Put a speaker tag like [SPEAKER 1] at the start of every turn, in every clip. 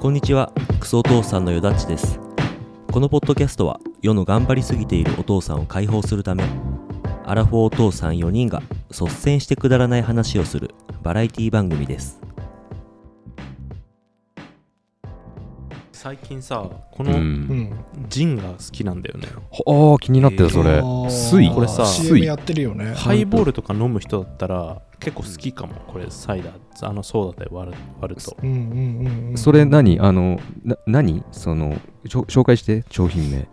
[SPEAKER 1] こんにちはクソお父さんのよだっちですこのポッドキャストは世の頑張りすぎているお父さんを解放するためアラフォーお父さん4人が率先してくだらない話をするバラエティ番組です
[SPEAKER 2] 最近さこ
[SPEAKER 3] う
[SPEAKER 2] の
[SPEAKER 3] ん、
[SPEAKER 2] ジンが好きなんだよね、
[SPEAKER 3] ああ気になってたそ
[SPEAKER 2] え
[SPEAKER 3] れ、水
[SPEAKER 2] これさ
[SPEAKER 3] 水
[SPEAKER 4] CM やってるよね
[SPEAKER 2] ハイボールとか飲む人だったら結構好きかもこれサイダーあのソーダで割る割ると
[SPEAKER 4] うんうんうんうん
[SPEAKER 3] それ何あのな何そのちょ紹介して商品名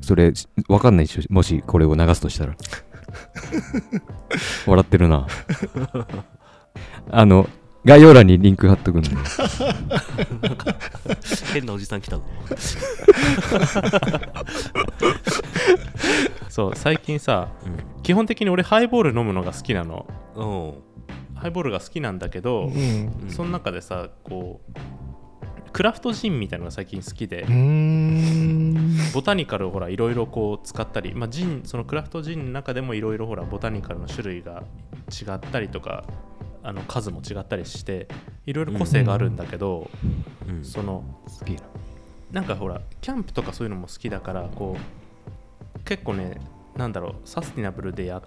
[SPEAKER 3] それしわかんないでしょもしこれを流すとしたら笑ってるなあの概要欄にリンク貼っとくんで
[SPEAKER 1] 変なおじさん来たぞ
[SPEAKER 2] そう最近さ基本的に俺ハイボール飲むのが好きなの
[SPEAKER 1] うんうん
[SPEAKER 2] ハイボールが好きなんだけど、
[SPEAKER 4] うん
[SPEAKER 2] その中でさこうクラフトジンみたいなのが最近好きで、
[SPEAKER 4] うーん
[SPEAKER 2] ボタニカルをほらいろいろこう使ったり、まあ、ジンそのクラフトジンの中でもいろいろほらボタニカルの種類が違ったりとかあの数も違ったりしていろいろ個性があるんだけど、
[SPEAKER 1] うん
[SPEAKER 2] その
[SPEAKER 3] 好きな
[SPEAKER 2] なんかほらキャンプとかそういうのも好きだからこう結構ねなんだろうサスティナブルでやっ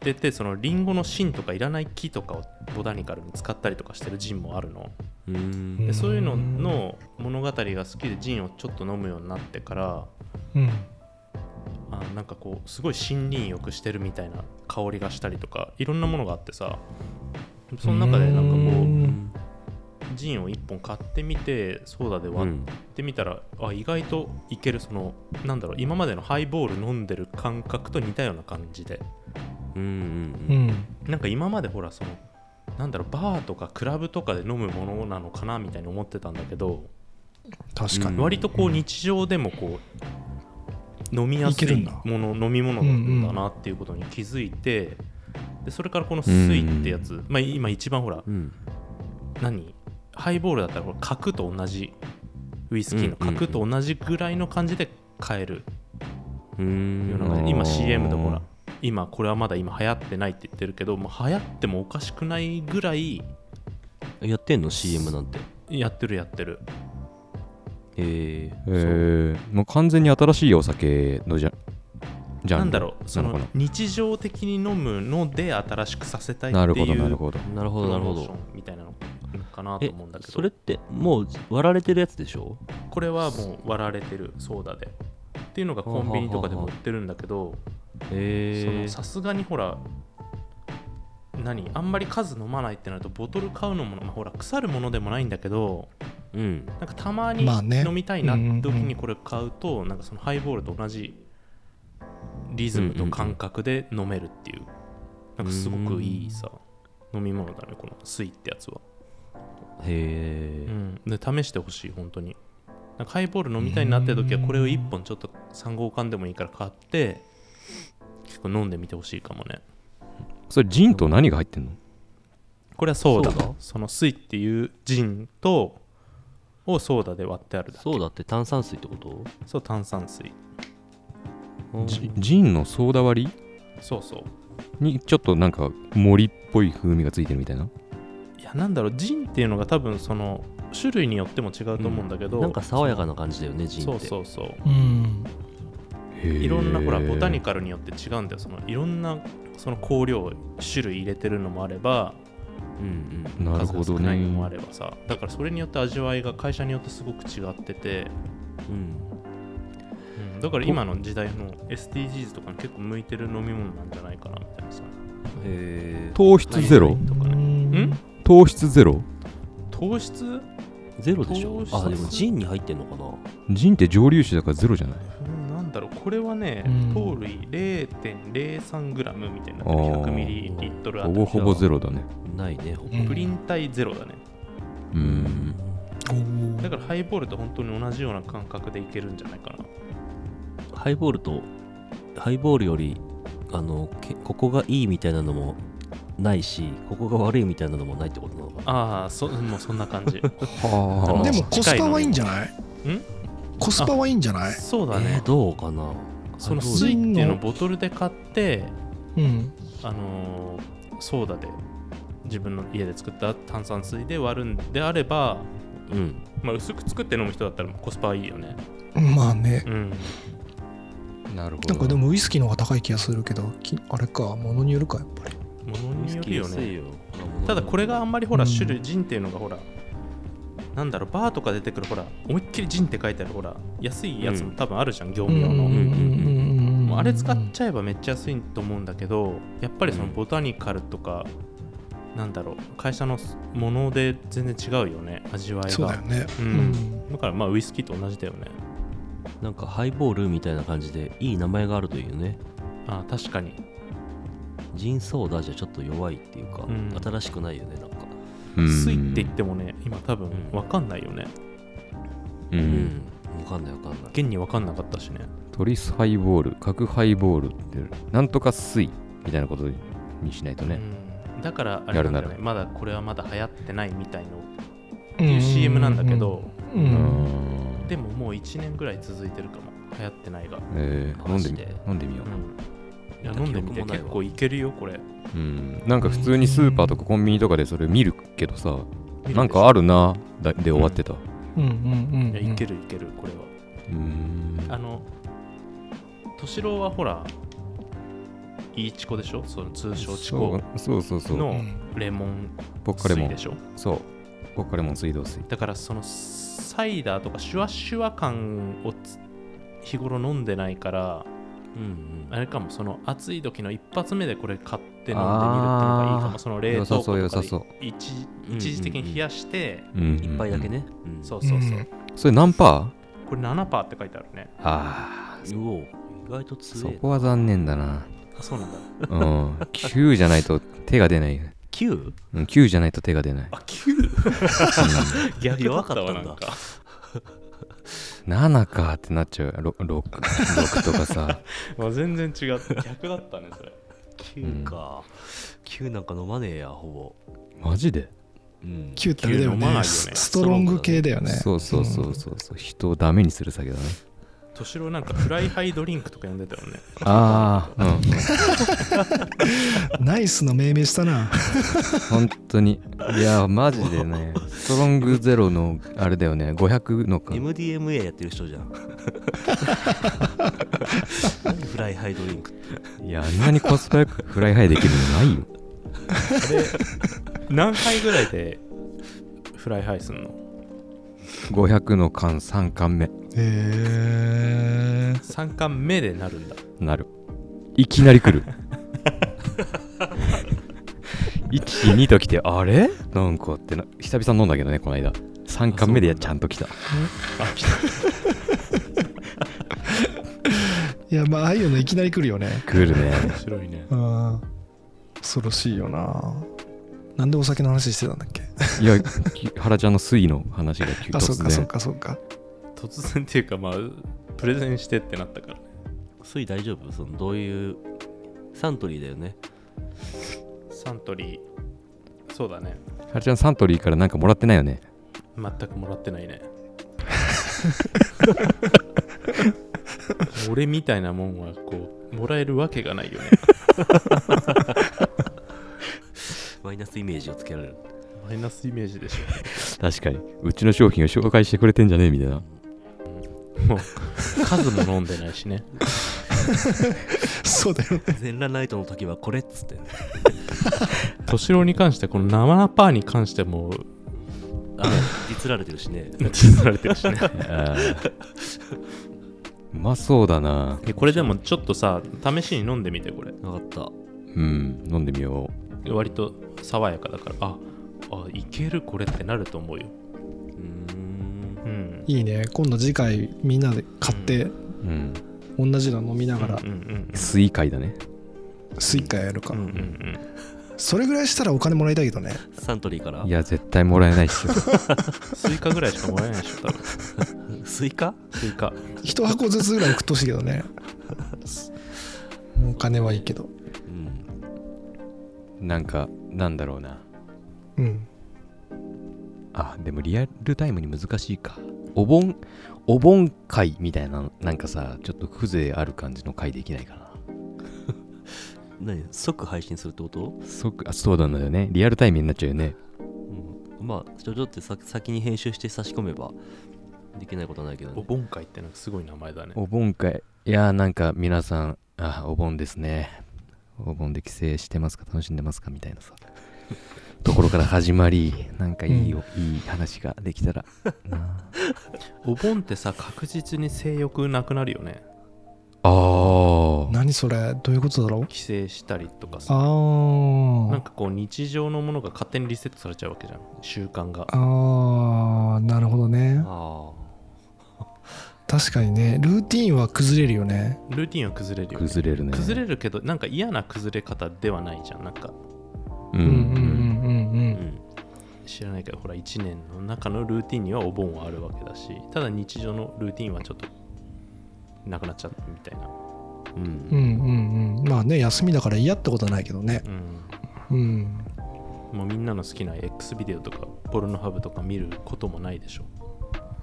[SPEAKER 2] ててそのリンゴの芯とかいらない木とかをボタニカルに使ったりとかしてるジンもあるの。
[SPEAKER 1] うん
[SPEAKER 2] でそういうの
[SPEAKER 4] うん
[SPEAKER 2] の物語が好きでジンをちょっと飲むようになってから
[SPEAKER 4] うん
[SPEAKER 2] あなんかこうすごい森林浴してるみたいな香りがしたりとかいろんなものがあってさその中でなんか
[SPEAKER 4] う
[SPEAKER 2] こ
[SPEAKER 4] ん
[SPEAKER 2] うジンを1本買ってみてソーダで
[SPEAKER 1] う
[SPEAKER 2] 割
[SPEAKER 1] ん
[SPEAKER 2] ってみたら、あ意外といけるそのなんだろう今までのハイボール飲んでる感覚と似たような感じで
[SPEAKER 1] うんう
[SPEAKER 4] うんん
[SPEAKER 2] なんか今までほらそのなんだろうバーとかクラブとかで飲むものなのかなみたいに思ってたんだけど
[SPEAKER 4] 確かに
[SPEAKER 2] 割とこう日常でもこう飲みやす
[SPEAKER 4] いける
[SPEAKER 2] い
[SPEAKER 4] んだ
[SPEAKER 2] もの飲み物なんだなっていうことに気づいてでそれからこの「水」ってやつまあ今一番ほら
[SPEAKER 1] うん
[SPEAKER 2] 何ハイボールだったらこれ角と同じウイスキーの
[SPEAKER 1] うんうんうん
[SPEAKER 2] 角と同じぐらいの感じで買える
[SPEAKER 1] うん
[SPEAKER 2] ような感じ今 CM でほら今これはまだ今流行ってないって言ってるけどもう流行ってもおかしくないぐらい
[SPEAKER 1] やってんの CM なんて
[SPEAKER 2] やってるやってる
[SPEAKER 1] へえ
[SPEAKER 3] えー、もう完全に新しいお酒のじゃじゃ
[SPEAKER 2] なんだろうそ
[SPEAKER 3] なのか
[SPEAKER 2] の日常的に飲むので新しくさせたいって
[SPEAKER 3] ななるほど
[SPEAKER 2] い
[SPEAKER 3] なる
[SPEAKER 2] う
[SPEAKER 3] ほど
[SPEAKER 1] なるほどなるほど
[SPEAKER 2] みたいなのかなと
[SPEAKER 1] え
[SPEAKER 2] 思うんだけど
[SPEAKER 1] それってもう割られてるやつでしょ
[SPEAKER 2] これはもう割られてるソーダでっていうのがコンビニとかでも売ってるんだけどそ
[SPEAKER 1] へ
[SPEAKER 2] のさすがにほら何あんまり数飲まないってなるとボトル買うのも、まあ、ほら腐るものでもないんだけど
[SPEAKER 1] うん
[SPEAKER 2] なんかたまに
[SPEAKER 4] まあね
[SPEAKER 2] 飲みたいな
[SPEAKER 4] うんうんうん
[SPEAKER 2] 時にこれ買うと、なんかそのハイボールと同じリズムと感覚で飲めるっていう、なんかすごくいいさ、飲み物だねこの水ってやつは
[SPEAKER 1] へえ
[SPEAKER 2] うん、で試してほしい本当になんかハイボール飲みたいなって時はこれを1本ちょっと3号缶でもいいから買って結構飲んでみてほしいかもね
[SPEAKER 3] それジンと何が入ってんの
[SPEAKER 2] これはソーダ
[SPEAKER 1] ソーダ
[SPEAKER 2] その水っていうジンとをソーダで割ってあるだけ
[SPEAKER 1] そうだって炭酸水ってこと
[SPEAKER 2] そう炭酸水
[SPEAKER 3] ジジンのソーダ割り
[SPEAKER 2] そうそう
[SPEAKER 3] にちょっとなんか森っぽい風味がついてるみたいない
[SPEAKER 2] やなんだろうジンっていうのが多分その種類によっても違うと思うんだけど、
[SPEAKER 1] なんか爽やかな感じだよねジン
[SPEAKER 2] そ
[SPEAKER 1] っ
[SPEAKER 2] う
[SPEAKER 1] て
[SPEAKER 2] そうそう
[SPEAKER 4] うん
[SPEAKER 2] いろんなほらボタニカルによって違うんだよそのいろんなその香料種類入れてるのもあれば
[SPEAKER 1] うん
[SPEAKER 3] ルなる
[SPEAKER 2] 数
[SPEAKER 3] ほ
[SPEAKER 2] が
[SPEAKER 3] ど
[SPEAKER 2] 少ないのもあ
[SPEAKER 3] ね
[SPEAKER 2] ればさだからそれによって味わいが会社によってすごく違ってて、
[SPEAKER 1] うんうん
[SPEAKER 2] だから今の時代の SDGs とかに結構向いてる飲み物なんじゃないかなみたいなさ
[SPEAKER 1] へ
[SPEAKER 3] 糖質ゼロ
[SPEAKER 2] とかねん
[SPEAKER 3] 糖質ゼロ
[SPEAKER 2] 糖質
[SPEAKER 1] ーゼロでしょ
[SPEAKER 2] 糖質
[SPEAKER 1] あでもジンに入ってんのかな
[SPEAKER 3] ジンって蒸留酒だからゼロじゃない
[SPEAKER 2] うんなんだろうこれはね、
[SPEAKER 4] うん
[SPEAKER 2] 糖類 0.03g みたいになって
[SPEAKER 3] あー
[SPEAKER 2] 100ml あ
[SPEAKER 3] ほ
[SPEAKER 2] た
[SPEAKER 3] ぼ
[SPEAKER 2] り
[SPEAKER 3] ほぼゼロだね
[SPEAKER 1] ないねほぼ
[SPEAKER 4] うん
[SPEAKER 2] プリン体ゼロだね
[SPEAKER 3] う
[SPEAKER 1] うん
[SPEAKER 4] おー
[SPEAKER 2] だからハイボールと本当に同じような感覚でいけるんじゃないかな
[SPEAKER 1] ハイボールとハイボールよりあのけここがいいみたいなのもないしここが悪いみたいなのもないってことなのかな
[SPEAKER 2] ああそもうそんな感じ
[SPEAKER 3] は
[SPEAKER 4] で
[SPEAKER 3] あ
[SPEAKER 4] もコスパはいいんじゃない
[SPEAKER 2] ん
[SPEAKER 4] コスパはいいんじゃな い
[SPEAKER 2] そうだ
[SPEAKER 1] え
[SPEAKER 2] ね
[SPEAKER 1] ー、どうかな
[SPEAKER 2] その
[SPEAKER 1] ハイボ
[SPEAKER 2] 水っていうのをボトルで買って
[SPEAKER 4] うん
[SPEAKER 2] あのーソーダで自分の家で作った炭酸水で割るんであれば
[SPEAKER 1] うん
[SPEAKER 2] まあ、薄く作って飲む人だったらコスパいいよね
[SPEAKER 4] まあね
[SPEAKER 2] うん
[SPEAKER 3] なるほ
[SPEAKER 4] なんかでもウイスキーの方が高い気がするけどきあれかものによるかやっぱり
[SPEAKER 2] ものによるよ
[SPEAKER 1] 安い
[SPEAKER 2] ね
[SPEAKER 1] よ
[SPEAKER 2] ただこれがあんまりほら
[SPEAKER 4] うん
[SPEAKER 2] 種類ジンっていうのがほらなんだろうバーとか出てくるほら思いっきりジンって書いてあるほら安いやつも多分あるじゃん業務用の
[SPEAKER 1] ん
[SPEAKER 2] もうあれ使っ
[SPEAKER 4] ゃ
[SPEAKER 2] ちゃえばめっちゃ安いと思うんだけどやっぱりそのボタニカルとか、なんだろう会社のもので全然違うよね味わいが
[SPEAKER 4] そうだよね
[SPEAKER 2] う
[SPEAKER 4] うんん
[SPEAKER 2] だからまあウイスキーと同じだよね
[SPEAKER 1] なんかハイボールみたいな感じでいい名前があるというね
[SPEAKER 2] ああ確かに
[SPEAKER 1] ジンソーダじゃちょっと弱いっていうか、
[SPEAKER 2] うん
[SPEAKER 1] 新しくないよねなんか
[SPEAKER 2] 水って言ってもね今多分
[SPEAKER 1] うん
[SPEAKER 2] 分かんないよね
[SPEAKER 3] う
[SPEAKER 1] うんん、わかんないわかんない
[SPEAKER 2] 現に分かんなかったしね
[SPEAKER 3] トリスハイボール、角ハイボールって、なんとか水みたいなことにしないとね。
[SPEAKER 2] うんだからあれなんだ
[SPEAKER 3] やる
[SPEAKER 2] よ
[SPEAKER 3] な
[SPEAKER 2] ねまだこれはまだ流行ってないみたいのっていう CM なんだけど
[SPEAKER 4] うん
[SPEAKER 3] う
[SPEAKER 4] うん
[SPEAKER 3] ん
[SPEAKER 2] でももう1年ぐらい続いてるかも流行ってないが、
[SPEAKER 3] えー
[SPEAKER 1] マ
[SPEAKER 3] 飲ん
[SPEAKER 1] ジ
[SPEAKER 3] で
[SPEAKER 1] で
[SPEAKER 3] み飲んでみよ
[SPEAKER 2] うんいや飲んでみ
[SPEAKER 1] 記
[SPEAKER 2] て
[SPEAKER 1] 憶もない
[SPEAKER 2] 結
[SPEAKER 1] わ
[SPEAKER 2] 構いけるよこれ
[SPEAKER 3] う、うん。なんか普通にスーパーとかコンビニとかでそれ見るけどさ、
[SPEAKER 2] 見るでしょ
[SPEAKER 3] なんかあるなだで終わってた。
[SPEAKER 4] うんうんうん
[SPEAKER 2] いや
[SPEAKER 4] うん
[SPEAKER 2] いけるいけるこれは
[SPEAKER 3] うん。
[SPEAKER 2] あの敏郎はほらいいチコでしょその通称チコ
[SPEAKER 3] そうそうそうそう。
[SPEAKER 2] のレモン
[SPEAKER 3] ポッカレモ
[SPEAKER 2] 水で
[SPEAKER 3] ン。
[SPEAKER 2] しょ
[SPEAKER 3] そう。ポッカレモン水道水。
[SPEAKER 2] だからそのサイダーとかシュワシュワ感をつ日頃飲んでないから
[SPEAKER 1] うんうん
[SPEAKER 2] あれかもその暑い時の一発目でこれ買って飲んでみるっていうのがいいか
[SPEAKER 3] あー
[SPEAKER 2] もその冷凍庫
[SPEAKER 3] 良
[SPEAKER 2] とか
[SPEAKER 3] さそう良さそう
[SPEAKER 2] で一一時的に冷やして、
[SPEAKER 3] うん
[SPEAKER 1] 一杯だけ。ね、うん
[SPEAKER 2] そうそうそう、
[SPEAKER 3] それ何パ
[SPEAKER 2] これ7%って書いてあるね
[SPEAKER 3] ーああ、
[SPEAKER 1] うお意外と
[SPEAKER 3] そ
[SPEAKER 1] 強い
[SPEAKER 3] こは残念だな。
[SPEAKER 2] あそうなんだ
[SPEAKER 3] うん。9じゃないと手が出ない。
[SPEAKER 1] 9?
[SPEAKER 3] うん、9じゃないと手が出ない。
[SPEAKER 2] あ9 逆だったわ
[SPEAKER 1] 弱かった
[SPEAKER 2] なんん
[SPEAKER 1] だ
[SPEAKER 2] か
[SPEAKER 3] 7かってなっちゃう 6, 6とかさ
[SPEAKER 2] まあ、全然違った逆だったねそれ
[SPEAKER 1] 9か、九9なんか飲まねえやほ
[SPEAKER 3] マジで、
[SPEAKER 1] ぼ、うん、
[SPEAKER 4] キューってあれだよ
[SPEAKER 2] キュー飲まないよ
[SPEAKER 4] ね
[SPEAKER 2] ね
[SPEAKER 4] スストロング系だよね
[SPEAKER 3] そうそうそうそうそう人をダメにする酒だね
[SPEAKER 2] 敏郎なんかフライハイドリンクとか呼んでたよね
[SPEAKER 3] ああうん
[SPEAKER 4] ナイスの命名したな
[SPEAKER 3] 本当にいやマジでねストロングゼロのあれだよね500のか
[SPEAKER 1] MDMA やってる人じゃ ん何フライハイドリンクって
[SPEAKER 3] いやあんなにコスパよく フライハイできるのないよ
[SPEAKER 2] 何杯ぐらいでフライハイすんの
[SPEAKER 3] 500の缶3缶目
[SPEAKER 4] へえ
[SPEAKER 2] 3巻目でなるんだ
[SPEAKER 3] なるいきなり来る 12と来てあれなんかってな久々飲んだけどねこの間3缶目でやちゃんと来た
[SPEAKER 4] いやまあああいうのいきなり来るよね
[SPEAKER 3] 来るね
[SPEAKER 2] 面白いね
[SPEAKER 4] うん恐ろしいよななんでお酒の話してたんだっけ
[SPEAKER 3] いや、き原ちゃんの水の話が急
[SPEAKER 4] あそ
[SPEAKER 3] 突然。
[SPEAKER 4] うかそうかそうか
[SPEAKER 2] 突然っていうかまあプレゼンしてってなったからね
[SPEAKER 1] 水大丈夫そのどういうサントリーだよね
[SPEAKER 2] サントリーそうだね
[SPEAKER 3] 原ちゃんサントリーからなんかもらってないよね。
[SPEAKER 2] 全くもらってない ね俺みたいなもんはこうもらえるわけがないよね
[SPEAKER 1] マイナスイメージをつけられる
[SPEAKER 2] マイナスイメージでし
[SPEAKER 3] 確かに。うちの商品を紹介してくれてんじゃねえみたいな。
[SPEAKER 2] ょもう数も飲んでないしね
[SPEAKER 4] そうだよね
[SPEAKER 1] 全裸ナイトの時はこれっつってね
[SPEAKER 2] 敏郎に関してこの7%に関しても
[SPEAKER 1] あのディスられてるしね
[SPEAKER 2] 削られてるしね
[SPEAKER 3] あ ーうまそうだな。
[SPEAKER 2] これでもちょっとさ試しに飲んでみてこれ
[SPEAKER 1] 分かっ
[SPEAKER 3] うん、飲んでみよ
[SPEAKER 2] 割と爽やかだからああいけるこれってなると思うよ
[SPEAKER 1] たうーん
[SPEAKER 2] うん
[SPEAKER 4] いいね今度次回みんなで買って
[SPEAKER 3] う。うん。
[SPEAKER 4] 同じの飲みながら
[SPEAKER 2] うんうん
[SPEAKER 3] 水会だね。
[SPEAKER 4] スイカやるか
[SPEAKER 2] うんうんうん
[SPEAKER 4] それぐらいしたらお金もらいたいけどね
[SPEAKER 1] サントリーから
[SPEAKER 3] いや、絶対もらえないっしょ。
[SPEAKER 2] スイカぐらいしかもらえないでしょ多分
[SPEAKER 1] スイカ
[SPEAKER 2] スイカ
[SPEAKER 4] 一箱ずつぐらい送っとほしいけ どねお金はいいけど
[SPEAKER 1] うん
[SPEAKER 3] なんか、なんだろうな。
[SPEAKER 4] うん
[SPEAKER 3] あ、でもリアルタイムに難しいか。お盆、お盆会みたいな、なんかさ、ちょっと風情ある感じの会できないかな。
[SPEAKER 1] 何即配信するってこと
[SPEAKER 3] そっかあそうなんだよね。リアルタイムになっちゃうよね。
[SPEAKER 1] うんまあちょちょってさ先に編集して差し込めばできないことはないけど
[SPEAKER 2] お
[SPEAKER 1] ね
[SPEAKER 2] 盆会ってなんかすごい名前だね
[SPEAKER 3] お盆会。いやー、なんか皆さん、あ、お盆ですね。お盆で帰省してますか楽しんでますかみたい なさ。ところから始まり、なんかいいよ、いい話ができたらな
[SPEAKER 2] お盆ってさ確実に性欲なくなるよね
[SPEAKER 3] あ。ああ。
[SPEAKER 4] 何それどういうことだろう
[SPEAKER 2] 帰省したりとか
[SPEAKER 4] あ
[SPEAKER 2] さ
[SPEAKER 4] ー
[SPEAKER 2] なんかこう日常のものが勝手にリセットされちゃうわけじゃん習慣が
[SPEAKER 4] あーなるほどね
[SPEAKER 1] あ
[SPEAKER 4] 確かにねルーティンは崩れるよね
[SPEAKER 2] ルーティンは崩れるよね
[SPEAKER 3] 崩れるね。
[SPEAKER 2] 崩
[SPEAKER 3] れ
[SPEAKER 2] れるけどなんか嫌な崩れ方ではないじゃんなんか、
[SPEAKER 3] うん
[SPEAKER 4] う
[SPEAKER 3] うん
[SPEAKER 4] うん
[SPEAKER 3] ん
[SPEAKER 4] うんう
[SPEAKER 2] うんん、知らないけどほら1年の中のルーティンにはお盆はあるわけだしただ日常のルーティンはちょっとなくなっちゃったみたいな
[SPEAKER 1] あう
[SPEAKER 4] うんうんんうんまあね休みだから嫌ってことはないけどね
[SPEAKER 2] うん
[SPEAKER 4] うん
[SPEAKER 2] もうみんなの好きな X ビデオとかポルノハブとか見ることもないでしょ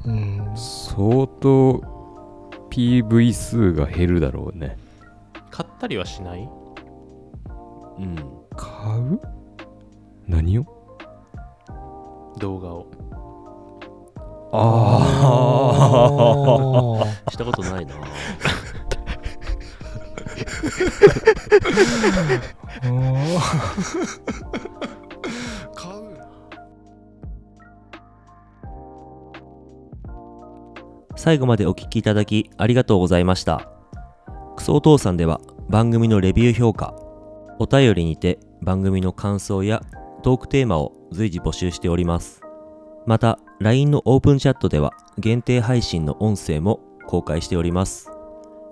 [SPEAKER 4] うん
[SPEAKER 3] 相当 PV 数が減るだろうね。
[SPEAKER 2] 買ったりはしない
[SPEAKER 1] うん
[SPEAKER 3] 買う何を
[SPEAKER 2] 動画を
[SPEAKER 3] ああ。
[SPEAKER 1] したことないな
[SPEAKER 4] 買う
[SPEAKER 1] 最後までお聞きいただきありがとうございましたクソお父さんでは番組のレビュー評価お便りにて番組の感想やトークテーマを随時募集しておりますまた LINE のオープンチャットでは限定配信の音声も公開しております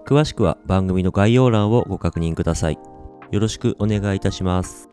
[SPEAKER 1] 詳しくは番組の概要欄をご確認くださいよろしくお願いいたします